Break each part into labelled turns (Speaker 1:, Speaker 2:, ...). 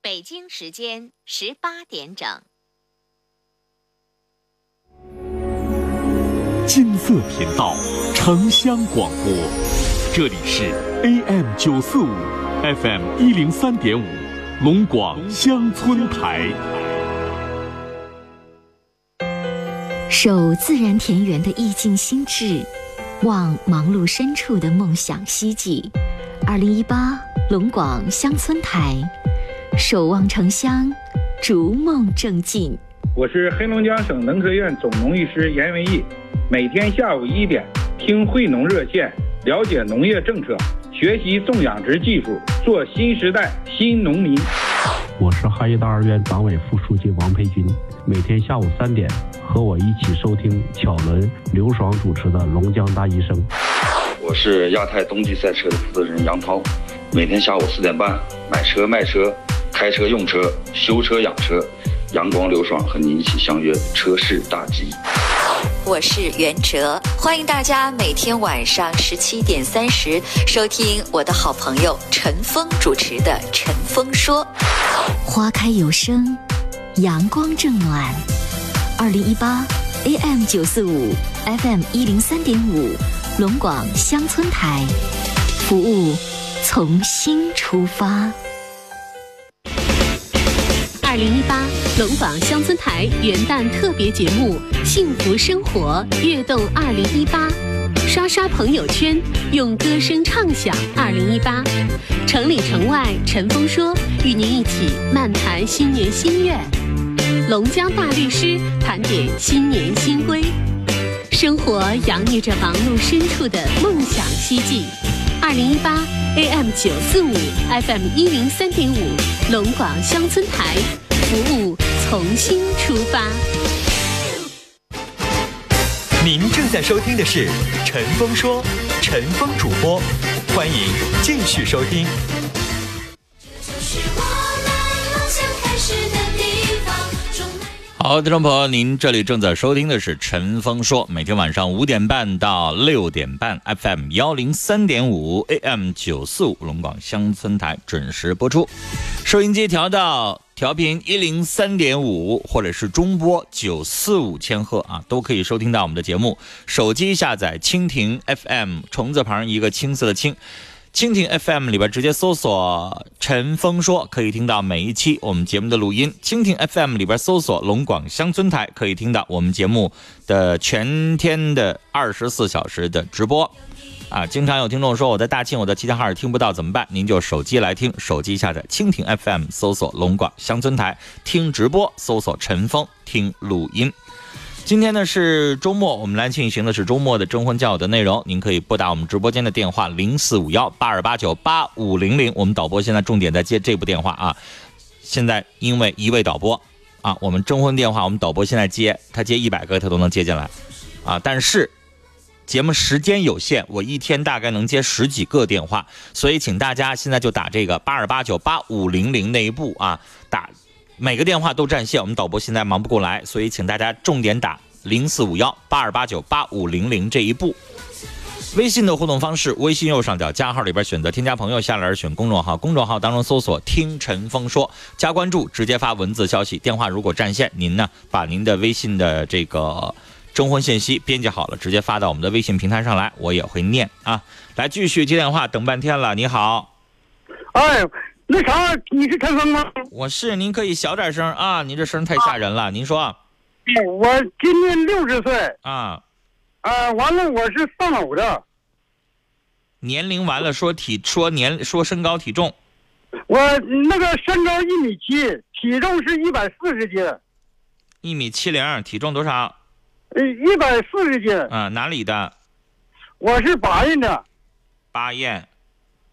Speaker 1: 北京时间十八点整。
Speaker 2: 金色频道，城乡广播，这里是 AM 九四五，FM 一零三点五，龙广乡村台。
Speaker 3: 守自然田园的意境心智，望忙碌深处的梦想希冀。二零一八龙广乡村台，守望城乡，逐梦正进。
Speaker 4: 我是黑龙江省农科院总农艺师严文义，每天下午一点听惠农热线，了解农业政策，学习种养殖技术，做新时代新农民。
Speaker 5: 我是哈医大二院党委副书记王培军，每天下午三点和我一起收听巧伦、刘爽主持的《龙江大医生》。
Speaker 6: 我是亚太冬季赛车的负责人杨涛，每天下午四点半，买车卖车，开车用车，修车养车，阳光刘爽和您一起相约车市大吉。
Speaker 7: 我是袁哲，欢迎大家每天晚上十七点三十收听我的好朋友陈峰主持的《陈峰说》。
Speaker 3: 花开有声，阳光正暖。二零一八，AM 九四五，FM 一零三点五，龙广乡村台，服务从心出发。
Speaker 8: 二零一八龙广乡村台元旦特别节目《幸福生活跃动二零一八》，刷刷朋友圈，用歌声唱响二零一八。城里城外，陈峰说，与您一起漫谈新年心愿。龙江大律师盘点新年新规，生活洋溢着忙碌深处的梦想希冀。二零一八 AM 九四五，FM 一零三点五，龙广乡村台。服务从新出发。
Speaker 9: 您正在收听的是《陈峰说》，陈峰主播，欢迎继续收听。
Speaker 10: 好，听众朋友，您这里正在收听的是《陈峰说》，每天晚上五点半到六点半，FM 幺零三点五，AM 九四五，龙广乡村台准时播出。收音机调到调频一零三点五，或者是中波九四五千赫啊，都可以收听到我们的节目。手机下载蜻蜓 FM，虫字旁一个青色的青。蜻蜓 FM 里边直接搜索“陈峰说”，可以听到每一期我们节目的录音。蜻蜓 FM 里边搜索“龙广乡村台”，可以听到我们节目的全天的二十四小时的直播。啊，经常有听众说我在大庆，我在齐齐哈尔听不到怎么办？您就手机来听，手机下载蜻蜓 FM，搜索“龙广乡村台”，听直播，搜索“陈峰”，听录音。今天呢是周末，我们来进行的是周末的征婚交友的内容。您可以拨打我们直播间的电话零四五幺八二八九八五零零，我们导播现在重点在接这部电话啊。现在因为一位导播啊，我们征婚电话我们导播现在接，他接一百个他都能接进来啊。但是节目时间有限，我一天大概能接十几个电话，所以请大家现在就打这个八二八九八五零零那一步啊，打。每个电话都占线，我们导播现在忙不过来，所以请大家重点打零四五幺八二八九八五零零这一步。微信的互动方式，微信右上角加号里边选择添加朋友，下栏选公众号，公众号当中搜索“听陈峰说”，加关注，直接发文字消息。电话如果占线，您呢把您的微信的这个征婚信息编辑好了，直接发到我们的微信平台上来，我也会念啊。来继续接电话，等半天了，你好。
Speaker 11: 哎。那啥，你是陈峰吗？
Speaker 10: 我是，您可以小点声啊，您这声太吓人了。啊、您说，
Speaker 11: 哎我今年六十岁
Speaker 10: 啊，
Speaker 11: 呃，完了，我是丧偶的。
Speaker 10: 年龄完了，说体说年说身高体重，
Speaker 11: 我那个身高一米七，体重是一百四十斤。
Speaker 10: 一米七零，体重多少？
Speaker 11: 呃，一百四十斤。
Speaker 10: 啊，哪里的？
Speaker 11: 我是巴彦的。
Speaker 10: 巴彦。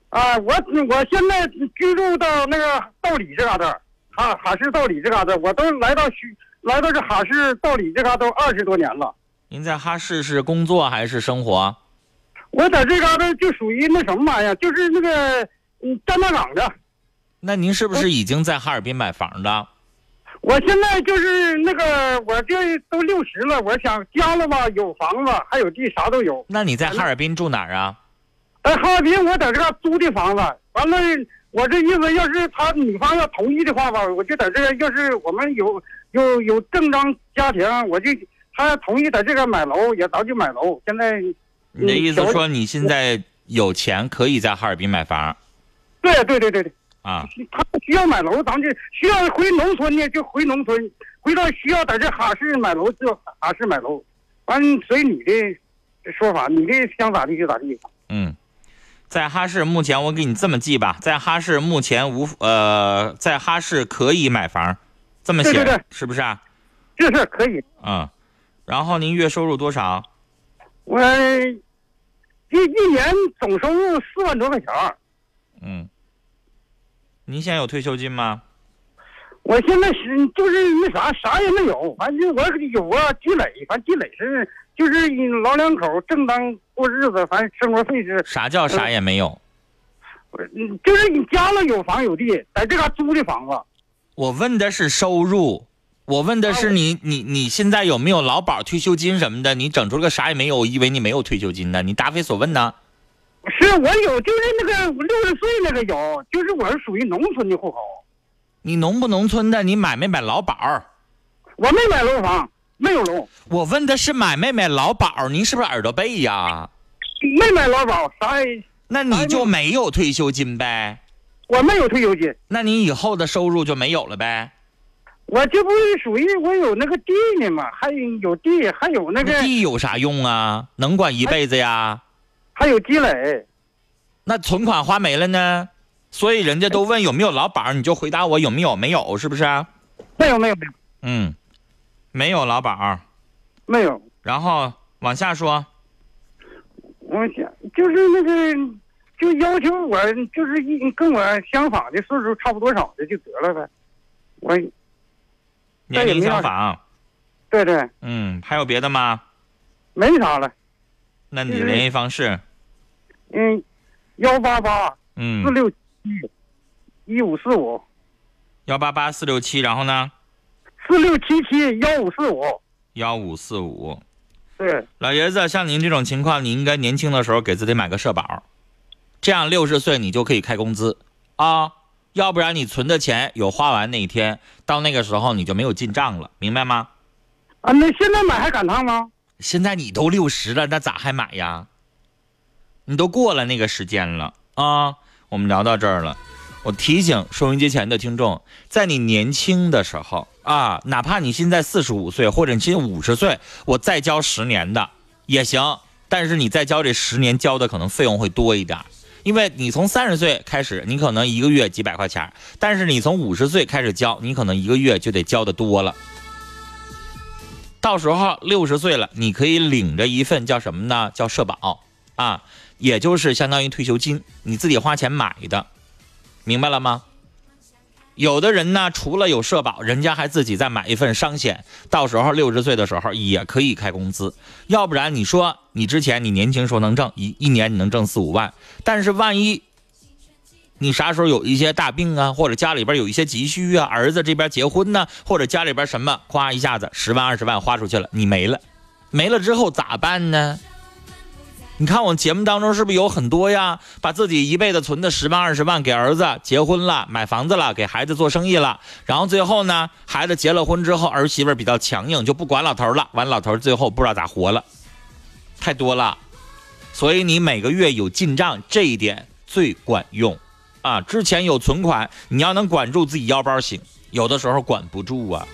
Speaker 11: 啊，我我现在居住到那个道里这嘎达，哈哈市道里这嘎达，我都来到徐，来到这哈市道里这嘎都二十多年了。
Speaker 10: 您在哈市是工作还是生活？
Speaker 11: 我在这嘎达就属于那什么玩意儿，就是那个嗯站大岗的。
Speaker 10: 那您是不是已经在哈尔滨买房了？
Speaker 11: 我现在就是那个，我这都六十了，我想家了吧，有房子，还有地，啥都有。
Speaker 10: 那你在哈尔滨住哪儿啊？
Speaker 11: 在哈尔滨，我在这租的房子，完了，我这意思，要是他女方要同意的话吧，我就在这个，要是我们有有有正当家庭，我就他要同意在这个买楼，也早就买楼。现在
Speaker 10: 你的意
Speaker 11: 嗯
Speaker 10: 思
Speaker 11: 小
Speaker 10: 说你现在有钱可以在哈尔滨买房
Speaker 11: 对对对对对，
Speaker 10: 啊？
Speaker 11: 他需要买楼，咱们就需要回农村呢，就回农村；回到需要在这哈市买楼就哈市买楼。完，随你的说法，你的想咋地就咋地。
Speaker 10: 嗯，在哈市目前我给你这么记吧，在哈市目前无呃，在哈市可以买房，这么写
Speaker 11: 对对对
Speaker 10: 是不是啊？
Speaker 11: 这事儿可以。
Speaker 10: 嗯，然后您月收入多少？
Speaker 11: 我一一年总收入四万多块钱儿，
Speaker 10: 嗯，您现在有退休金吗？
Speaker 11: 我现在是就是那啥啥也没有，反正我有啊积累，反正积累是就是你老两口正当过日子，反正生活费是
Speaker 10: 啥叫啥也没有？
Speaker 11: 嗯，就是你家了有房有地，在这嘎租的房子，
Speaker 10: 我问的是收入，我问的是你你你现在有没有劳保、退休金什么的？你整出了个啥也没有，我以为你没有退休金呢，你答非所问呢。
Speaker 11: 是我有就是那个六十岁那个有，就是我是属于农村的户口，
Speaker 10: 你农不农村的？你买没买劳保？
Speaker 11: 我没买楼房，没有楼，
Speaker 10: 我问的是买没买劳保，您是不是耳朵背呀？
Speaker 11: 没买劳保，啥也
Speaker 10: 那你就没有退休金呗？
Speaker 11: 我没有退休金，
Speaker 10: 那你以后的收入就没有了呗？
Speaker 11: 我这不是属于我有那个地呢嘛，还有地，还有那个
Speaker 10: 地有啥用啊？能管一辈子呀？
Speaker 11: 还有积累。
Speaker 10: 那存款花没了呢？所以人家
Speaker 11: 哎
Speaker 10: 都问有没有劳保，你就回答我有没有？没有，是不是啊？
Speaker 11: 没有没有没有
Speaker 10: 嗯，没有劳保。
Speaker 11: 没有，
Speaker 10: 然后往下说，
Speaker 11: 我想就是那个，就要求我就是一跟我相仿的岁数差不多少的就得了呗。我
Speaker 10: 年
Speaker 11: 也
Speaker 10: 龄
Speaker 11: 没
Speaker 10: 相
Speaker 11: 啥
Speaker 10: 仿。
Speaker 11: 对对，
Speaker 10: 嗯，还有别的吗？
Speaker 11: 没啥了。
Speaker 10: 那你
Speaker 11: 就是
Speaker 10: 联系方式？
Speaker 11: 嗯，幺八八
Speaker 10: 嗯
Speaker 11: 四，六七一五四五
Speaker 10: 幺八八四六七，然后呢？
Speaker 11: 四六七七幺五四五，
Speaker 10: 幺五四五。
Speaker 11: 对，
Speaker 10: 老爷子，像您这种情况，你应该年轻的时候给自己买个社保，这样六十岁你就可以开工资啊。要不然你存的钱有花完那一天，到那个时候你就没有进账了，明白吗？
Speaker 11: 啊，那现在买还赶趟吗？
Speaker 10: 现在你都六十了，那咋还买呀？你都过了那个时间了啊！我们聊到这儿了，我提醒收音机前的听众，在你年轻的时候啊，哪怕你现在四十五岁或者你现在五十岁，我再交十年的也行，但是你再交这十年交的可能费用会多一点儿。因为你从三十岁开始，你可能一个月几百块钱儿，但是你从五十岁开始交，你可能一个月就得交的多了。到时候六十岁了，你可以领着一份叫什么呢？叫社保啊，也就是相当于退休金，你自己花钱买的，明白了吗？有的人呢，除了有社保，人家还自己再买一份商险，到时候六十岁的时候也可以开工资。要不然你说你之前你年轻时候能挣一一年你能挣四五万，但是万一你啥时候有一些大病啊，或者家里边有一些急需啊，儿子这边结婚呢、或者家里边什么，夸一下子十万二十万花出去了，你没了，没了之后咋办呢？你看我节目当中是不是有很多呀？把自己一辈子存的十万二十万给儿子结婚了，买房子了，给孩子做生意了，然后最后呢，孩子结了婚之后，儿媳妇儿比较强硬，就不管老头儿了，完老头儿最后不知道咋活了，太多了。所以你每个月有进账这一点最管用啊！之前有存款，你要能管住自己腰包行，有的时候管不住啊。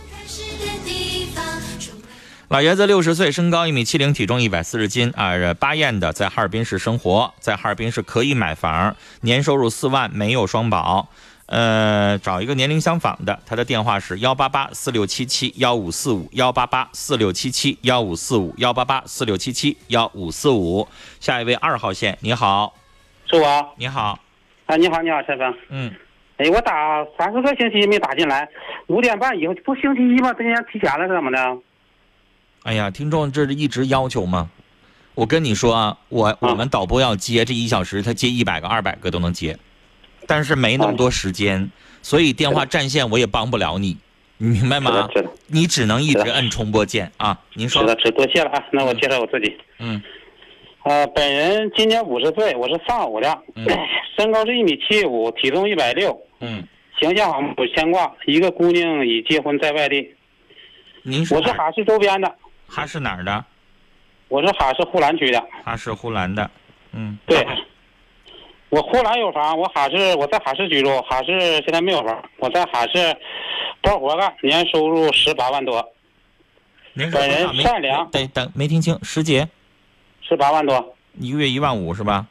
Speaker 10: 老爷子六十岁，身高一米七零，体重一百四十斤啊，呃巴彦的，在哈尔滨市生活，在哈尔滨市可以买房，年收入四万，没有双保。呃，找一个年龄相仿的，他的电话是幺八八四六七七幺五四五幺八八四六七七幺五四五幺八八四六七七幺五四五。下一位二号线，你好，
Speaker 12: 是我
Speaker 10: 你好，
Speaker 12: 啊，你好，你好，先生。
Speaker 10: 嗯，
Speaker 12: 哎，我打三四个星期没打进来，五点半以后不星期一吗？今天提前了是怎么的？
Speaker 10: 哎呀，听众这是一直要求吗？我跟你说啊，我我们导播要接这一小时，他接一百个、二百个都能接，但是没那
Speaker 12: 啊
Speaker 10: 么多时间，所以电话占线我也帮不了你，你明白吗？你只能一直摁重播键啊。您说
Speaker 12: 知道，知道多谢了啊。那我介绍我自己。
Speaker 10: 嗯，
Speaker 12: 呃，本人今年五十岁，我是上午的，身高是一米七五，体重一百六，
Speaker 10: 嗯，
Speaker 12: 形象好不牵挂，一个姑娘已结婚在外地。
Speaker 10: 您
Speaker 12: 我是哈市周边的，
Speaker 10: 哈市哪儿的？
Speaker 12: 我是哈市呼兰区的。
Speaker 10: 哈市呼兰的，嗯，
Speaker 12: 对，我呼兰有房，我哈市我在哈市居住，哈市现在没有房，我在哈市包活干，年收入十八万多，
Speaker 10: 您
Speaker 12: 本人善良，
Speaker 10: 对，等没听清，师姐，
Speaker 12: 十八万多，
Speaker 10: 一个月一万五是吧？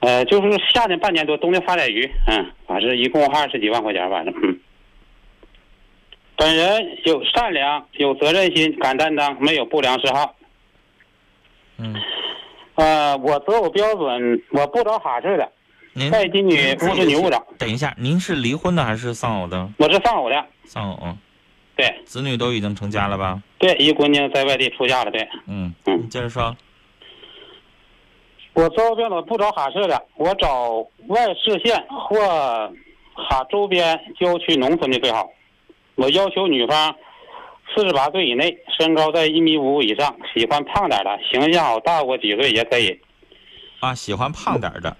Speaker 12: 呃，就是夏天半年多，冬天发点鱼，嗯，反正一共二十几万块钱，反正，嗯。本人有善良，有责任心，敢担当，没有不良嗜好。
Speaker 10: 嗯。
Speaker 12: 呃，我择偶标准，我不找哈市的，
Speaker 10: 您
Speaker 12: 拜金女不是女务长。
Speaker 10: 等一下，您是离婚的还是丧偶的？
Speaker 12: 我是丧偶的，
Speaker 10: 丧偶。嗯
Speaker 12: 对。
Speaker 10: 子女都已经成家了吧？
Speaker 12: 对，一姑娘在外地出嫁了，对。
Speaker 10: 嗯嗯，接着说。
Speaker 12: 我择偶标准不找哈市的，我找外市县或哈周边郊区农村的最好。我要求女方四十八岁以内，身高在一米五五以上，喜欢胖点的，形象好，大我几岁也可以。
Speaker 10: 啊，喜欢胖点儿的。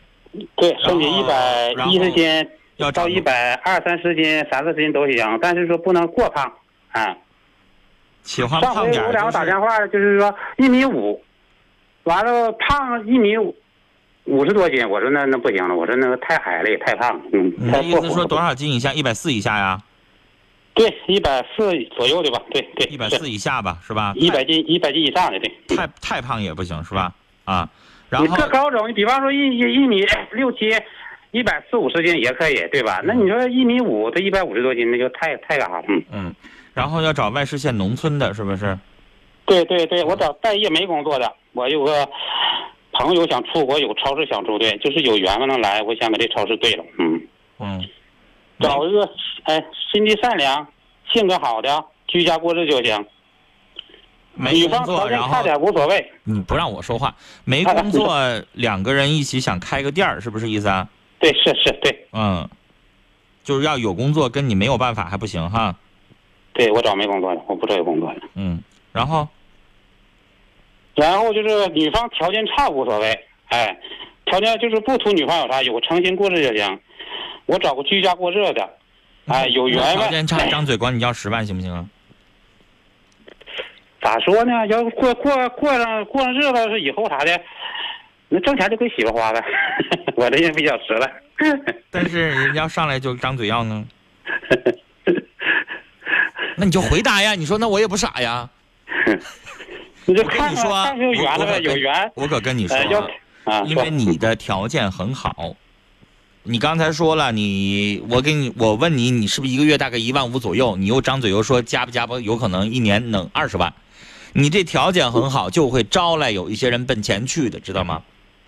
Speaker 12: 对，身体一百
Speaker 10: 然后
Speaker 12: 一十斤
Speaker 10: 要
Speaker 12: 嗯到一百二三十斤、三四十斤都行，但是说不能过胖啊。
Speaker 10: 喜欢
Speaker 12: 上
Speaker 10: 啊胖
Speaker 12: 回
Speaker 10: 点
Speaker 12: 我
Speaker 10: 儿、
Speaker 12: 俩
Speaker 10: 就
Speaker 12: 打
Speaker 10: 是。
Speaker 12: 电话就是说一米五，完了胖一米五五十多斤，我说那那不行了，我说那个太矮了也太胖，嗯，
Speaker 10: 你
Speaker 12: 太
Speaker 10: 的意
Speaker 12: 过
Speaker 10: 思
Speaker 12: 火
Speaker 10: 说
Speaker 12: 了。
Speaker 10: 多少斤以下？一百四以下呀？
Speaker 12: 对，一百四左右的吧，对对，
Speaker 10: 一百四以下吧，是吧？
Speaker 12: 一百斤一百斤以上的对。
Speaker 10: 太太胖也不行，是吧？啊，然
Speaker 12: 你
Speaker 10: 后
Speaker 12: 个高种，你比方说一一一米六七，一百四五十斤也可以，对吧？那你说一米五，这一百五十多斤，那就太太嘎了。嗯
Speaker 10: 嗯，然后要找外市县农村的，是不是？
Speaker 12: 对对对，我找待业没工作的，我有个朋友想出国，有超市想出队，就是有缘分能来，我想给这超市对了。嗯，
Speaker 10: 嗯，
Speaker 12: 找一个哎，心地善良、性格好的，居家过日就行。
Speaker 10: 没
Speaker 12: 女
Speaker 10: 工
Speaker 12: 方条
Speaker 10: 作，
Speaker 12: 件
Speaker 10: 然
Speaker 12: 差
Speaker 10: 后
Speaker 12: 点无所谓。
Speaker 10: 你不让我说话，没工作，两个人一起想开个店儿，是不是意思啊？
Speaker 12: 对，是是，对，
Speaker 10: 嗯，就是要有工作，跟你没有办法还不行哈。
Speaker 12: 对我找没工作的，我不找有工作的。
Speaker 10: 嗯，然后
Speaker 12: 然后就是女方条件差无所谓，哎，条件就是不图女方有啥，有个诚心过日就行。我找个居家过日的，哎，有缘
Speaker 10: 条
Speaker 12: 分
Speaker 10: 件。差，张嘴管你要十万行不行啊？
Speaker 12: 咋说呢？要是过过过上过上日子是以后啥的，那挣钱就给媳妇花呗。 我这人比较实在，
Speaker 10: 但是人家上来就张嘴要 呢，那你就回答呀！你说那我也不傻呀，
Speaker 12: 你就
Speaker 10: 看
Speaker 12: 看
Speaker 10: 说啊
Speaker 12: 看是有缘
Speaker 10: 我
Speaker 12: 了
Speaker 10: 我
Speaker 12: 呗，有缘。
Speaker 10: 我可跟你说、
Speaker 12: 呃要啊
Speaker 10: 因
Speaker 12: 说
Speaker 10: 为你的条件很好。你刚才说了，你我给你，我问你，你是不是一个月大概一万五左右？你又张嘴又说加不加不，有可能一年能二十万。你这条件很好，就会招来有一些人奔钱去的，知道吗？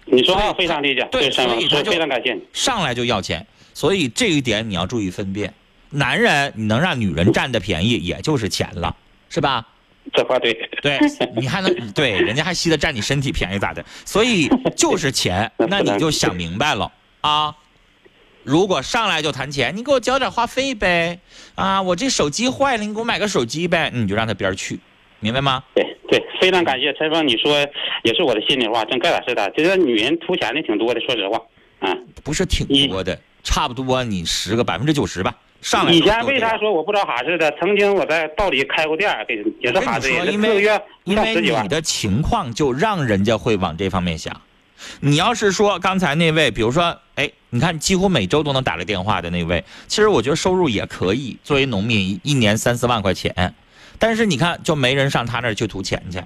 Speaker 12: 你说话非常理解，
Speaker 10: 对
Speaker 12: 山
Speaker 10: 所
Speaker 12: 峰，
Speaker 10: 以他就
Speaker 12: 非常感谢你。
Speaker 10: 上来就要钱，所以这一点你要注意分辨。男人你能让女人占的便宜，也就是钱了，是吧？
Speaker 12: 这话对。
Speaker 10: 对，你还能对人家还稀得占你身体便宜咋的？所以就是 钱，那你就想明白了啊。如果上来就谈钱，你给我交点话费呗，啊，我这手机坏了，你给我买个手机呗，你就让他边儿去，明白吗？
Speaker 12: 对对，非常感谢陈峰，你说也是我的心里话，真该咋是咋。其实女人图钱的挺多的，说实话，啊。
Speaker 10: 不是挺多的，差不多你十个百分之九十吧，上来
Speaker 12: 以
Speaker 10: 就
Speaker 12: 前为啥说我不知道哈市的？曾经我在道里开过店儿，给也是
Speaker 10: 我跟
Speaker 12: 哈
Speaker 10: 你
Speaker 12: 市，也
Speaker 10: 说，
Speaker 12: 是
Speaker 10: 因
Speaker 12: 四个
Speaker 10: 为
Speaker 12: 月
Speaker 10: 因
Speaker 12: 上
Speaker 10: 为
Speaker 12: 十几万
Speaker 10: 你。的情况就让人家会往这方面想。你要是说刚才那位，比如说，哎，你看几乎每周都能打来电话的那位，其实我觉得收入也可以，作为农民一年三四万块钱，但是你看就没人上他那儿去图钱去，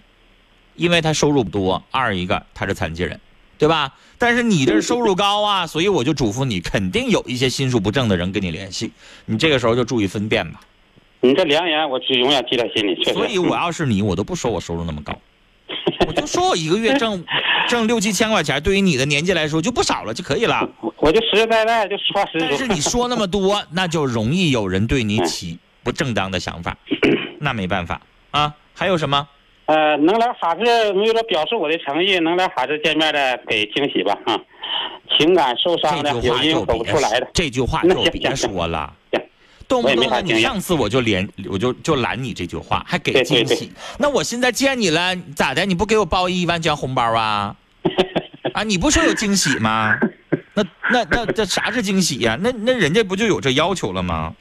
Speaker 10: 因为他收入不多，二一个他是残疾人，对吧？但是你这收入高啊，所以我就嘱咐你，肯定有一些心术不正的人跟你联系，你这个时候就注意分辨吧。
Speaker 12: 你这良言，我是永远记在心里，确实。
Speaker 10: 所以我要是你，我都不说我收入那么 高，我就说我一个月挣挣六七千块钱，对于你的年纪来说就不少了就可以了。
Speaker 12: 我就实实在在就实话实说。
Speaker 10: 但是你说那么 多，那就容易有人对你起不正当的想法， 那没办法啊。还有什么？
Speaker 12: 呃，能来哈市，为了表示我的诚意，能来哈市见面的给惊喜吧啊！情感受伤的，
Speaker 10: 这句
Speaker 12: 有
Speaker 10: 话
Speaker 12: 因
Speaker 10: 就嗯
Speaker 12: 走不
Speaker 10: 别
Speaker 12: 出来的，
Speaker 10: 这句话就别说了。动
Speaker 12: 我
Speaker 10: 不
Speaker 12: 也没
Speaker 10: 动
Speaker 12: 啥
Speaker 10: 的你
Speaker 12: 经验
Speaker 10: 上。次我就连我就就拦你这句话，还给惊喜。
Speaker 12: 对对对
Speaker 10: 那我现在见你了，咋的？你不给我包一万元红包 啊？啊，你不说有惊喜吗？那那那这啥是惊喜呀、那那人家不就有这要求了吗？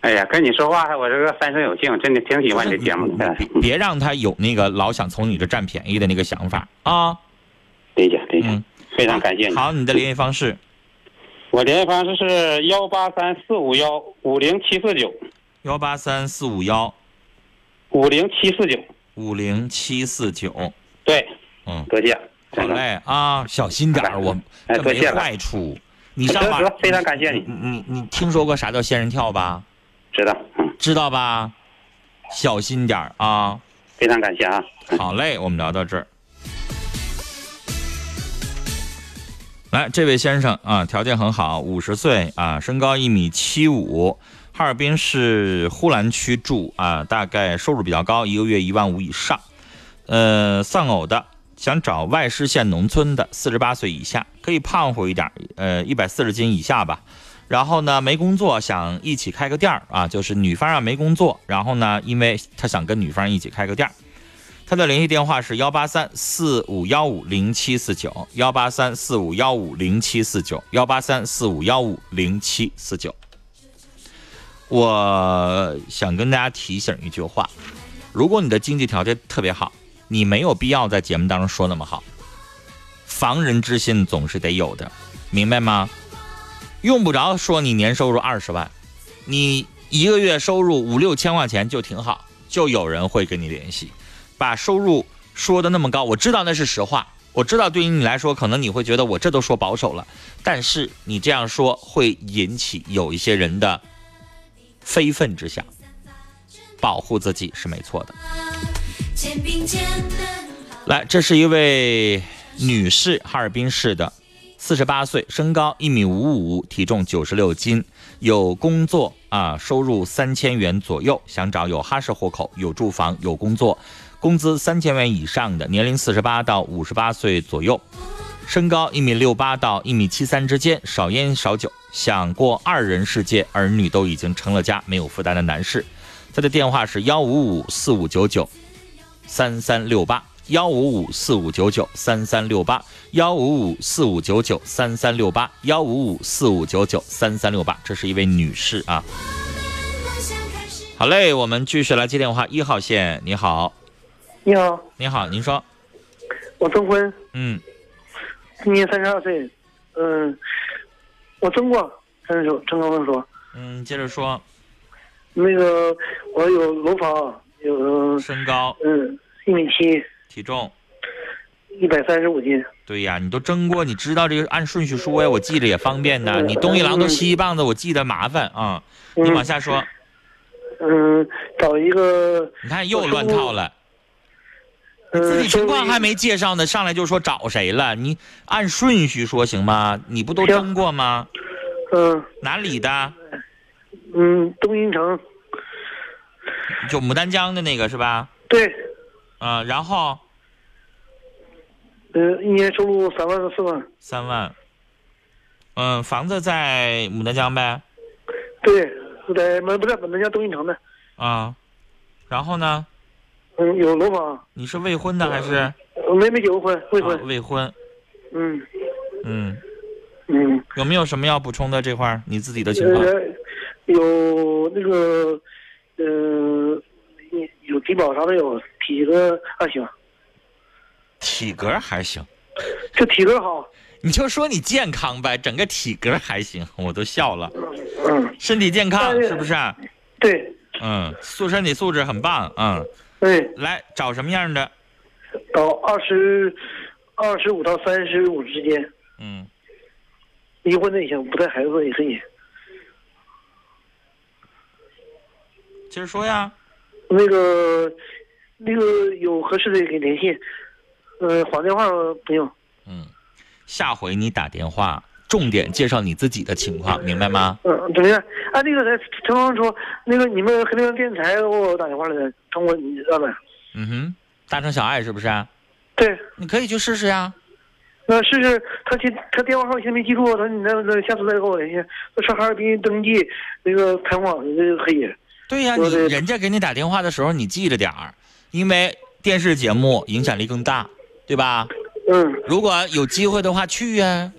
Speaker 12: 哎呀，跟你说话，我这个三生有幸，真的挺喜欢这节目嗯的。啊
Speaker 10: 别让他有那个老想从你这占便宜的那个想法啊！嗯
Speaker 12: 理解理解，非常感谢嗯你。
Speaker 10: 好，你的联系方式
Speaker 12: 我联系方式是幺八三四五幺五零七四九
Speaker 10: 幺八三四五幺
Speaker 12: 五零七四九。
Speaker 10: 五零七四九。
Speaker 12: 对，
Speaker 10: 嗯，
Speaker 12: 多谢。
Speaker 10: 好嘞啊，小心点儿，我
Speaker 12: 哎
Speaker 10: 这
Speaker 12: 多
Speaker 10: 没
Speaker 12: 谢了
Speaker 10: 坏处。你上嗯网
Speaker 12: 得得非常感谢你。
Speaker 10: 你你听说过啥叫仙人跳吧？
Speaker 12: 知道，
Speaker 10: 知道吧？小心点儿啊！
Speaker 12: 非常感谢啊！
Speaker 10: 好嘞，我们聊到这儿。来，这位先生啊，条件很好，五十岁啊，身高一米七五，哈尔滨市呼兰区住啊，大概收入比较高，一个月一万五以上。呃，丧偶的，想找外市县农村的，四十八岁以下，可以胖乎一点，呃，一百四十斤以下吧。然后呢，没工作，想一起开个店儿啊，就是女方啊没工作，然后呢，因为他想跟女方一起开个店儿。他的联系电话是幺八三四五幺五零七四九，幺八三四五幺五零七四九，幺八三四五幺五零七四九。我想跟大家提醒一句话：如果你的经济条件特别好，你没有必要在节目当中说那么好。防人之心总是得有的，明白吗？用不着说你年收入二十万，你一个月收入五六千块钱就挺好，就有人会跟你联系。把收入说的那么高，我知道那是实话，我知道对于你来说，可能你会觉得我这都说保守了，但是你这样说会引起有一些人的非分之想。保护自己是没错的。
Speaker 13: 肩并肩的
Speaker 10: 来，这是一位女士，哈尔滨市的，四十八岁，身高一米五五，体重九十六斤，有工作啊，收入三千元左右，想找有哈市户口、有住房、有工作，工资三千元以上的，年龄四十八到五十八岁左右，身高一米六八到一米七三之间，少烟少酒，想过二人世界，儿女都已经成了家，没有负担的男士。他的电话是幺五五四五九九三三六八幺五五四五九九三三六八幺五五四五九九三三六八幺五五四五九九三三六八，这是一位女士啊。好嘞，我们继续来接电话，一号线，你好，
Speaker 14: 你好，
Speaker 10: 你好，您说，
Speaker 14: 我征婚，
Speaker 10: 嗯，
Speaker 14: 今年三十二岁，嗯，我征过，征手征高分手，
Speaker 10: 嗯，接着说，
Speaker 14: 那个我有楼房，有
Speaker 10: 身高，
Speaker 14: 嗯，一米七，
Speaker 10: 体重，
Speaker 14: 一百三十五斤，
Speaker 10: 对呀，你都争过，你知道这个按顺序说呀，我记着也方便
Speaker 14: 嗯
Speaker 10: 的。你东一榔头西一棒子，我记得麻烦啊。你往下说，
Speaker 14: 嗯，找一个，呃
Speaker 10: 你看又乱套了。你自己情况还没介绍呢，上来就说找谁了？你按顺序说行吗？你不都争过吗？
Speaker 14: 嗯。
Speaker 10: 哪里的？
Speaker 14: 嗯，东阴城，
Speaker 10: 就牡丹江的那个是吧？
Speaker 14: 对，
Speaker 10: 啊、然后
Speaker 14: 嗯，一年收入三万到四万，
Speaker 10: 三万，嗯、房子在牡丹江呗，
Speaker 14: 对，是在门不在本门家东阴城的，
Speaker 10: 啊、然后呢？
Speaker 14: 嗯，有楼房，
Speaker 10: 你是未婚的还是
Speaker 14: 我没没结过婚，未婚，
Speaker 10: 啊未婚？
Speaker 14: 嗯
Speaker 10: 嗯，
Speaker 14: 嗯，
Speaker 10: 有没有什么要补充的这块儿你自己的情况？
Speaker 14: 呃，有那个，呃，有低保啥都有，体格还行，
Speaker 10: 体格还行，
Speaker 14: 就体格好。
Speaker 10: 你就说你健康呗，整个体格还行，我都笑了。
Speaker 14: 嗯，
Speaker 10: 身体健康是不是？啊
Speaker 14: 对，
Speaker 10: 嗯，素身体素质很棒，嗯。
Speaker 14: 对。哎
Speaker 10: 来找什么样的？
Speaker 14: 到二十二十五到三十五之间，
Speaker 10: 嗯，
Speaker 14: 离婚的也行，不带孩子也可以。
Speaker 10: 接着说呀。
Speaker 14: 那个，那个有合适的给联系，呃，打电话不用。
Speaker 10: 下回你打电话，重点介绍你自己的情况，明白吗？
Speaker 14: 嗯，怎么样？啊，那个陈芳说，那个你们黑龙江电台给我打电话来的，通过你老板。
Speaker 10: 嗯哼，大城小爱是不是啊？
Speaker 14: 对，
Speaker 10: 你可以去试试呀。
Speaker 14: 呃，是是，他现他电话号我现在没记住，他你那那下次再给我联系。他上哈尔滨登记那个采访的那个黑人。
Speaker 10: 对呀、
Speaker 14: 说
Speaker 10: 你
Speaker 14: 的
Speaker 10: 人家给你打电话的时候，你记着点儿，因为电视节目影响力更大，对吧？
Speaker 14: 嗯。
Speaker 10: 如果有机会的话，去呀、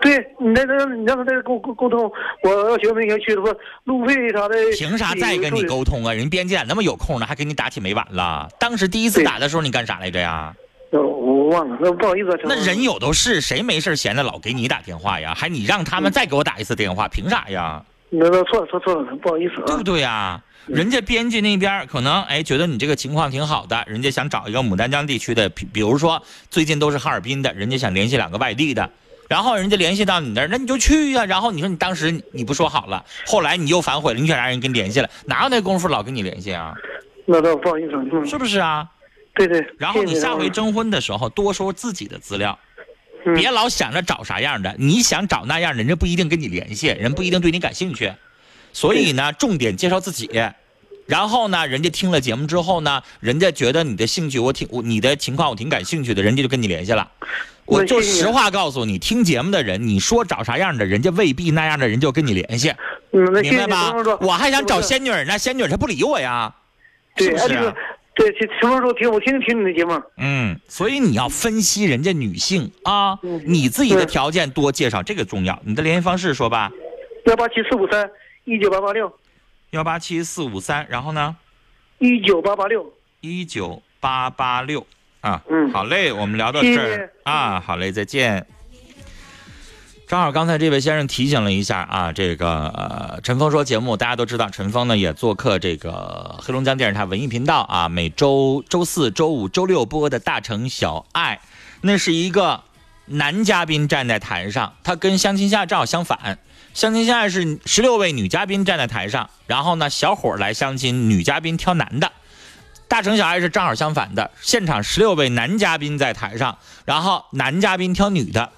Speaker 14: 对你那那你让他再跟我沟沟通，我要学那天去的话，路费啥的。
Speaker 10: 凭啥再跟你沟通啊？人编辑咋那么有空呢，还给你打起每晚了？当时第一次打的时候，你干啥来着呀？
Speaker 14: 呃？我忘了，那不好意思啊。陈
Speaker 10: 那
Speaker 14: 老师
Speaker 10: 人有都是，谁没事闲的老给你打电话呀？还你让他
Speaker 14: 嗯
Speaker 10: 们再给我打一次电话，凭啥呀？
Speaker 14: 那那错了错了错了，不好意思啊。
Speaker 10: 对不对呀？
Speaker 14: 嗯
Speaker 10: 人家编辑那边儿可能哎觉得你这个情况挺好的，人家想找一个牡丹江地区的，比比如说最近都是哈尔滨的，人家想联系两个外地的，然后人家联系到你那儿，那你就去呀、然后你说你当时你不说好了，后来你又反悔了，你想让人跟你联系了，哪有那功夫老跟你联系啊？
Speaker 14: 那倒不好意思啊，嗯
Speaker 10: 是不是啊？
Speaker 14: 对对。
Speaker 10: 然后你
Speaker 14: 谢谢
Speaker 10: 下
Speaker 14: 啊
Speaker 10: 回征婚的时候多说自己的资料，
Speaker 14: 嗯
Speaker 10: 别老想着找啥样的，你想找那样的，人家不一定跟你联系，人不一定对你感兴趣。所以呢，重点介绍自己。然后呢，人家听了节目之后呢，人家觉得你的兴趣我挺我你的情况我挺感兴趣的，人家就跟你联系了。我就实话告诉你，听节目的人，你说找啥样的，人家未必那样的人就跟你联系，
Speaker 14: 嗯那谢谢
Speaker 10: 明白吧
Speaker 14: 陈教授？
Speaker 10: 我还想找
Speaker 14: 是不是
Speaker 10: 仙女儿呢，仙女儿她不理我呀，
Speaker 14: 对，
Speaker 10: 是不
Speaker 14: 哎
Speaker 10: 是
Speaker 14: 这
Speaker 10: 啊、
Speaker 14: 个对，听什么时候听？我天天听你的节目。
Speaker 10: 嗯，所以你要分析人家女性啊，
Speaker 14: 嗯
Speaker 10: 你自己的条件多介绍，这个重要。你的联系方式说吧，
Speaker 14: 幺八七四五三一九八八六
Speaker 10: 幺八七四五三，然后呢，
Speaker 14: 一九八八六。
Speaker 10: 一九八八六啊，
Speaker 14: 嗯
Speaker 10: 好嘞，我们聊到
Speaker 14: 谢谢
Speaker 10: 这儿啊，好嘞，再见。正好刚才这位先生提醒了一下啊，这个呃，陈峰说节目大家都知道，陈峰呢也做客这个黑龙江电视台文艺频道啊，每周周四周五周六播的《大城小爱》，那是一个男嘉宾站在台上，他跟相亲相爱正好相反。相亲相爱是十六位女嘉宾站在台上，然后呢，小伙儿来相亲，女嘉宾挑男的。大城小爱是正好相反的，现场十六位男嘉宾在台上，然后男嘉宾挑女的。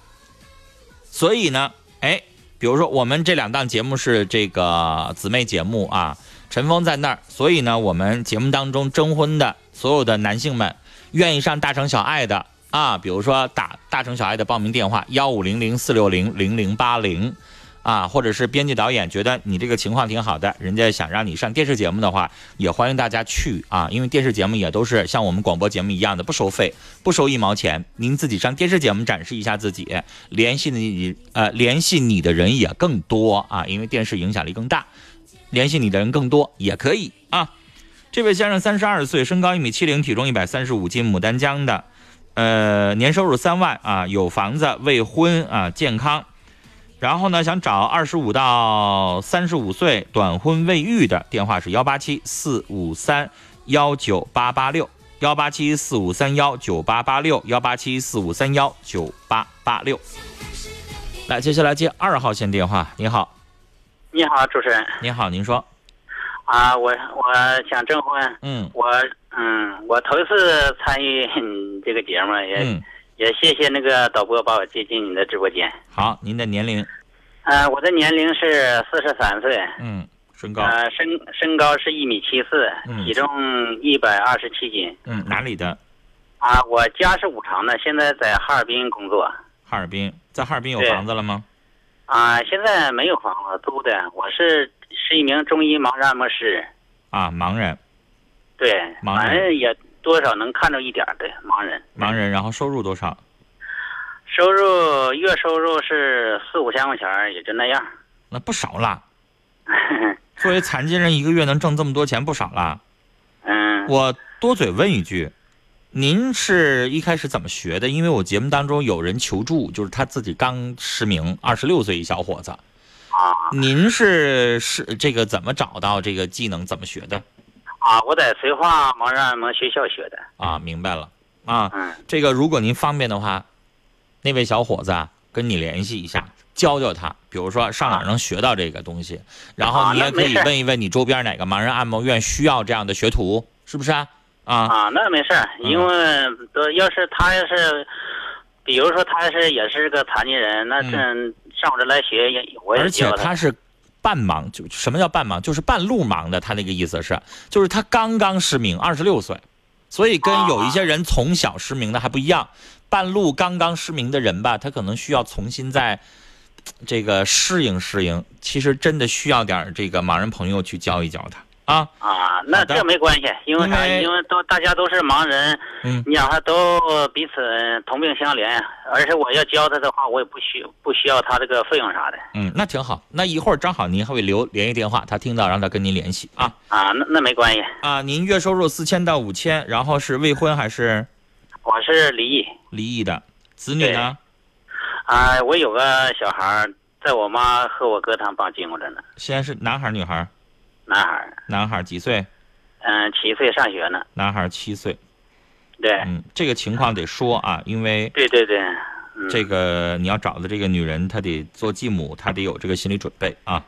Speaker 10: 所以呢，哎，比如说我们这两档节目是这个姊妹节目啊，陈峰在那儿，所以呢，我们节目当中征婚的所有的男性们，愿意上大城小爱的啊，比如说打大城小爱的报名电话幺五零零四六零零零八零。啊，或者是编辑导演觉得你这个情况挺好的，人家想让你上电视节目的话，也欢迎大家去啊，因为电视节目也都是像我们广播节目一样的，不收费，不收一毛钱，您自己上电视节目展示一下自己，联系你呃联系你的人也更多啊，因为电视影响力更大，联系你的人更多也可以啊。这位先生三十二岁，身高一米七零，体重一百三十五斤，牡丹江的，呃，年收入三万啊，有房子，未婚啊，健康。然后呢，想找二十五到三十五岁短婚未育的，电话是幺八七四五三幺九八八六，幺八七四五三幺九八八六，幺八七四五三幺九八八六。来，接下来接二号线电话。你好，
Speaker 15: 你好，主持人
Speaker 10: 你好，您说，
Speaker 15: 啊，我我想征婚，
Speaker 10: 嗯
Speaker 15: 我嗯，我头一次参与你这个节目，也、
Speaker 10: 嗯，
Speaker 15: 也谢谢那个导播把我接进你的直播间。
Speaker 10: 好，您的年龄，
Speaker 15: 呃，我的年龄是四十三岁，
Speaker 10: 嗯，身高，
Speaker 15: 呃，身身高是一米七四
Speaker 10: 嗯，
Speaker 15: 体重一百二十七斤。
Speaker 10: 嗯，哪里的？
Speaker 15: 啊，我家是五常的，现在在哈尔滨工作。
Speaker 10: 哈尔滨，在哈尔滨有
Speaker 15: 对
Speaker 10: 房子了吗？
Speaker 15: 啊，现在没有房子租的，我是是一名中医盲人按摩师，
Speaker 10: 啊，盲人，
Speaker 15: 对，
Speaker 10: 盲
Speaker 15: 反
Speaker 10: 人
Speaker 15: 正也多少能看着一点儿，对，盲人。
Speaker 10: 盲人，然后收入多少？
Speaker 15: 收入月收入是四五千块钱儿，也就那样。
Speaker 10: 那不少啦。作为残疾人，一个月能挣这么多钱，不少啦。
Speaker 15: 嗯，
Speaker 10: 我多嘴问一句，您是一开始怎么学的？因为我节目当中有人求助，就是他自己刚失明，二十六岁一小伙子。
Speaker 15: 啊
Speaker 10: 您是是这个怎么找到这个技能？怎么学的？
Speaker 15: 啊，我在绥化盲人按摩学校学的。嗯
Speaker 10: 啊，明白了啊。这个如果您方便的话，那位小伙子啊，跟你联系一下，教教他，比如说上哪儿能学到这个东西，然后
Speaker 15: 啊
Speaker 10: 你也
Speaker 15: 那
Speaker 10: 可
Speaker 15: 没
Speaker 10: 以
Speaker 15: 事儿
Speaker 10: 问一问你周边哪个盲人按摩院需要这样的学徒，是不是啊？啊，嗯
Speaker 15: 啊，那没事儿，因为都要是他要是，比如说他要是也是个残疾人，那这上我这来学也我也
Speaker 10: 嗯而且
Speaker 15: 教
Speaker 10: 他是半盲，就什么叫半盲？就是半路盲的。他那个意思是，就是他刚刚失明，二十六岁，所以跟有一些人从小失明的还不一样，半路刚刚失明的人吧，他可能需要重新再这个适应适应。其实真的需要点儿这个盲人朋友去教一教他。啊
Speaker 15: 啊，那这没关系，因为啥？因为都大家都是盲人，
Speaker 10: 嗯
Speaker 15: 你想他都彼此同病相怜，而且我要教他的话，我也不需不需要他这个费用啥的
Speaker 10: 嗯，那挺好。那一会儿正好您还会留联系电话，他听到让他跟您联系啊
Speaker 15: 啊，那那没关系。
Speaker 10: 啊。您月收入四千到五千，然后是未婚还是
Speaker 15: 我是离异
Speaker 10: 离异的？子女呢？
Speaker 15: 啊，我有个小孩儿，在我妈和我哥他们帮经过着呢，
Speaker 10: 现在是男孩儿女孩儿？
Speaker 15: 男孩儿，
Speaker 10: 男孩儿几岁？
Speaker 15: 嗯、七岁上学呢。
Speaker 10: 男孩儿七岁。
Speaker 15: 对，
Speaker 10: 嗯，这个情况得说啊，因为
Speaker 15: 对对嗯对，
Speaker 10: 这个你要找的这个女人，她得做继母，她得有这个心理准备啊。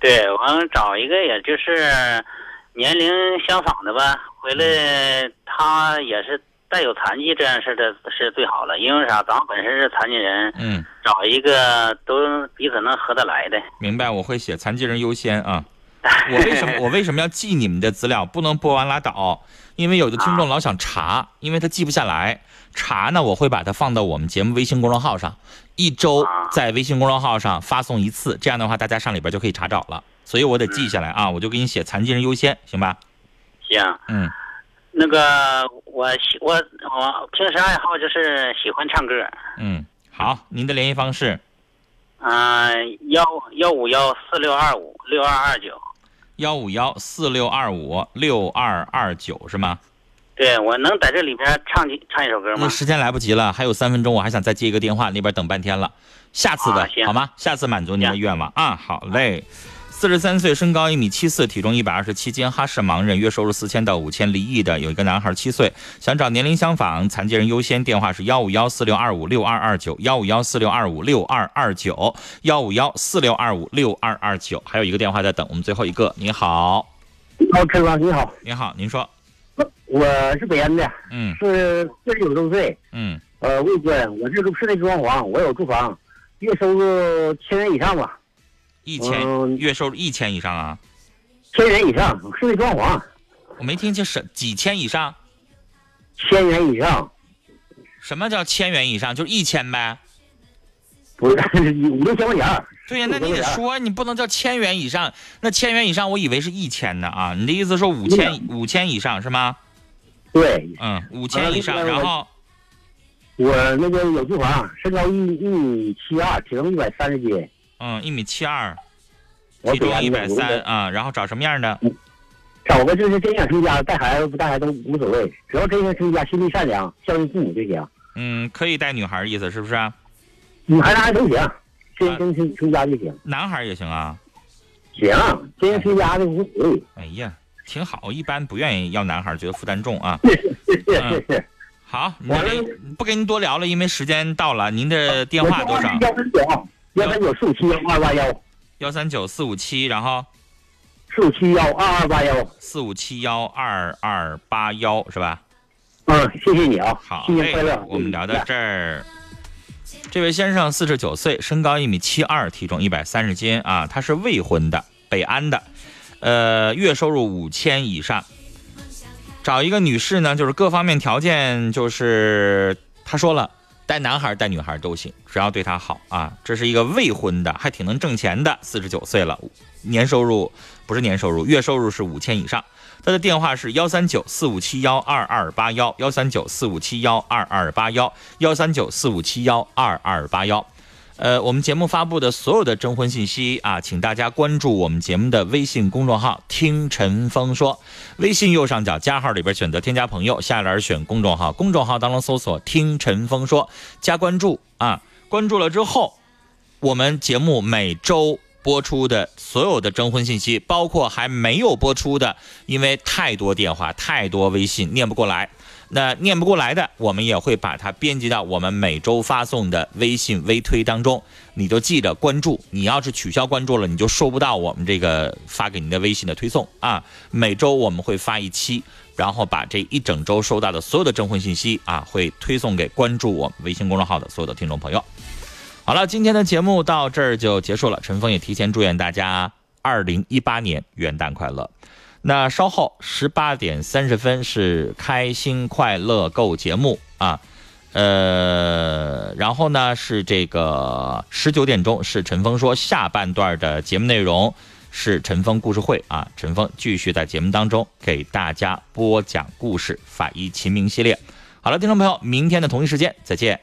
Speaker 15: 对，我找一个也就是年龄相仿的吧，回
Speaker 10: 嗯
Speaker 15: 来他也是带有残疾这样式的是最好了，因为啥？咱本身是残疾人，
Speaker 10: 嗯，
Speaker 15: 找一个都彼此能合得来的。
Speaker 10: 明白，我会写残疾人优先啊。我为什么我为什么要记你们的资料？不能播完拉倒，因为有的听众老想查，因为他记不下来。查呢，我会把它放到我们节目微信公众号上，一周在微信公众号上发送一次，这样的话大家上里边就可以查找了。所以我得记下来啊，我就给你写残疾人优先，行吧？
Speaker 15: 行，
Speaker 10: 嗯，
Speaker 15: 那个我喜我我平时爱好就是喜欢唱歌，
Speaker 10: 嗯，好，您的联系方式
Speaker 15: 嗯、1幺幺五幺四六二五六二二九，
Speaker 10: 幺五幺四六二五六二二九是吗？
Speaker 15: 对我能在这里边唱几唱一首歌吗
Speaker 16: 啊
Speaker 10: 那？时间来不及了，还有三分钟，我还想再接一个电话，那边等半天了。下次的、
Speaker 15: 啊行
Speaker 10: 好吗？下次满足您的愿望啊！好嘞。四十三岁，身高一米七四，体重一百二十七斤，哈市盲人，月收入四千到五千，离异的，有一个男孩七岁，想找年龄相仿、残疾人优先，电话是幺五幺四六二五六二二九，幺五幺四六二五六二二九，幺五幺四六二五六二二九，还有一个电话在等，我们最后一个。你好，
Speaker 16: 哦，陈老师你好，
Speaker 10: 你好，您说，
Speaker 16: 我是北安的，
Speaker 10: 嗯
Speaker 16: 是四十九周岁，
Speaker 10: 嗯
Speaker 16: 呃，未婚，我是市内装潢，我有住房，月收入千元以上吧，
Speaker 10: 一千、月收入一千以上啊？
Speaker 16: 千元以上，室内装潢
Speaker 10: 我没听清是几千以上？
Speaker 16: 千元以上，
Speaker 10: 什么叫千元以上？就是一千呗。
Speaker 16: 不是 五六千块钱儿。
Speaker 10: 对呀、那你得说，你不能叫千元以上。那千元以上，我以为是一千呢啊。你的意思说五千五千以上是吗？
Speaker 16: 对，
Speaker 10: 嗯，五千以上，
Speaker 16: 呃
Speaker 10: 然后
Speaker 16: 我那个有住房，身高一一米七二，体重一百三十斤，
Speaker 10: 嗯，一米七二，
Speaker 16: 我
Speaker 10: 体
Speaker 16: 北
Speaker 10: 重
Speaker 16: 安
Speaker 10: 一
Speaker 16: 的
Speaker 10: 百
Speaker 16: 我
Speaker 10: 三
Speaker 16: 北
Speaker 10: 啊，然后找什么样的？
Speaker 16: 找个就是真想成家，带孩子不带孩子都无所谓，只要真想成家，心地善良，孝顺父母就行，
Speaker 10: 嗯，可以带女孩儿意思是不是啊？
Speaker 16: 女孩男孩都行，真真成成家就行。
Speaker 10: 男孩儿也行啊。
Speaker 16: 行，真想成家的无所谓。
Speaker 10: 哎呀，挺好，一般不愿意要男孩儿，觉得负担重啊。
Speaker 16: 是是
Speaker 10: 嗯
Speaker 16: 是是，
Speaker 10: 好，您的联不跟您多聊了，因为时间到了。您的电话多少？
Speaker 16: 幺三九幺三九四五七幺二八幺
Speaker 10: 幺三九四五七，然后
Speaker 16: 四五七幺二二八幺。
Speaker 10: 四五七幺二二八幺是吧？
Speaker 16: 嗯，谢谢你啊，
Speaker 10: 好
Speaker 16: 新年
Speaker 10: 嘞
Speaker 16: 快乐。
Speaker 10: 我们聊到这儿。这位先生四十九岁，身高一米七二，体重一百三十斤啊，他是未婚的，北安的，呃，月收入五千以上。找一个女士呢，就是各方面条件，就是他说了，带男孩儿带女孩儿都行，只要对她好啊。这是一个未婚的，还挺能挣钱的，四十九岁了，年收入不是年收入，月收入是五千以上。他的电话是幺三九四五七幺二二八幺，幺三九四五七幺二二八幺，幺三九四五七幺二二八幺。呃，我们节目发布的所有的征婚信息啊，请大家关注我们节目的微信公众号“听陈峰说”，微信右上角加号里边选择添加朋友，下栏选公众号，公众号当中搜索“听陈峰说”，加关注啊。关注了之后，我们节目每周播出的所有的征婚信息，包括还没有播出的，因为太多电话、太多微信念不过来，那念不过来的，我们也会把它编辑到我们每周发送的微信微推当中。你就记着关注，你要是取消关注了，你就收不到我们这个发给您的微信的推送啊。每周我们会发一期。然后把这一整周收到的所有的征婚信息啊，会推送给关注我们微信公众号的所有的听众朋友。好了，今天的节目到这儿就结束了。陈峰也提前祝愿大家二零一八年元旦快乐。那稍后十八点三十分是开心快乐购节目啊，呃，然后呢是这个十九点钟是陈峰说下半段的节目内容是陈峰故事会啊，陈峰继续在节目当中给大家播讲故事《法医秦明》系列。好了，听众朋友，明天的同一时间再见。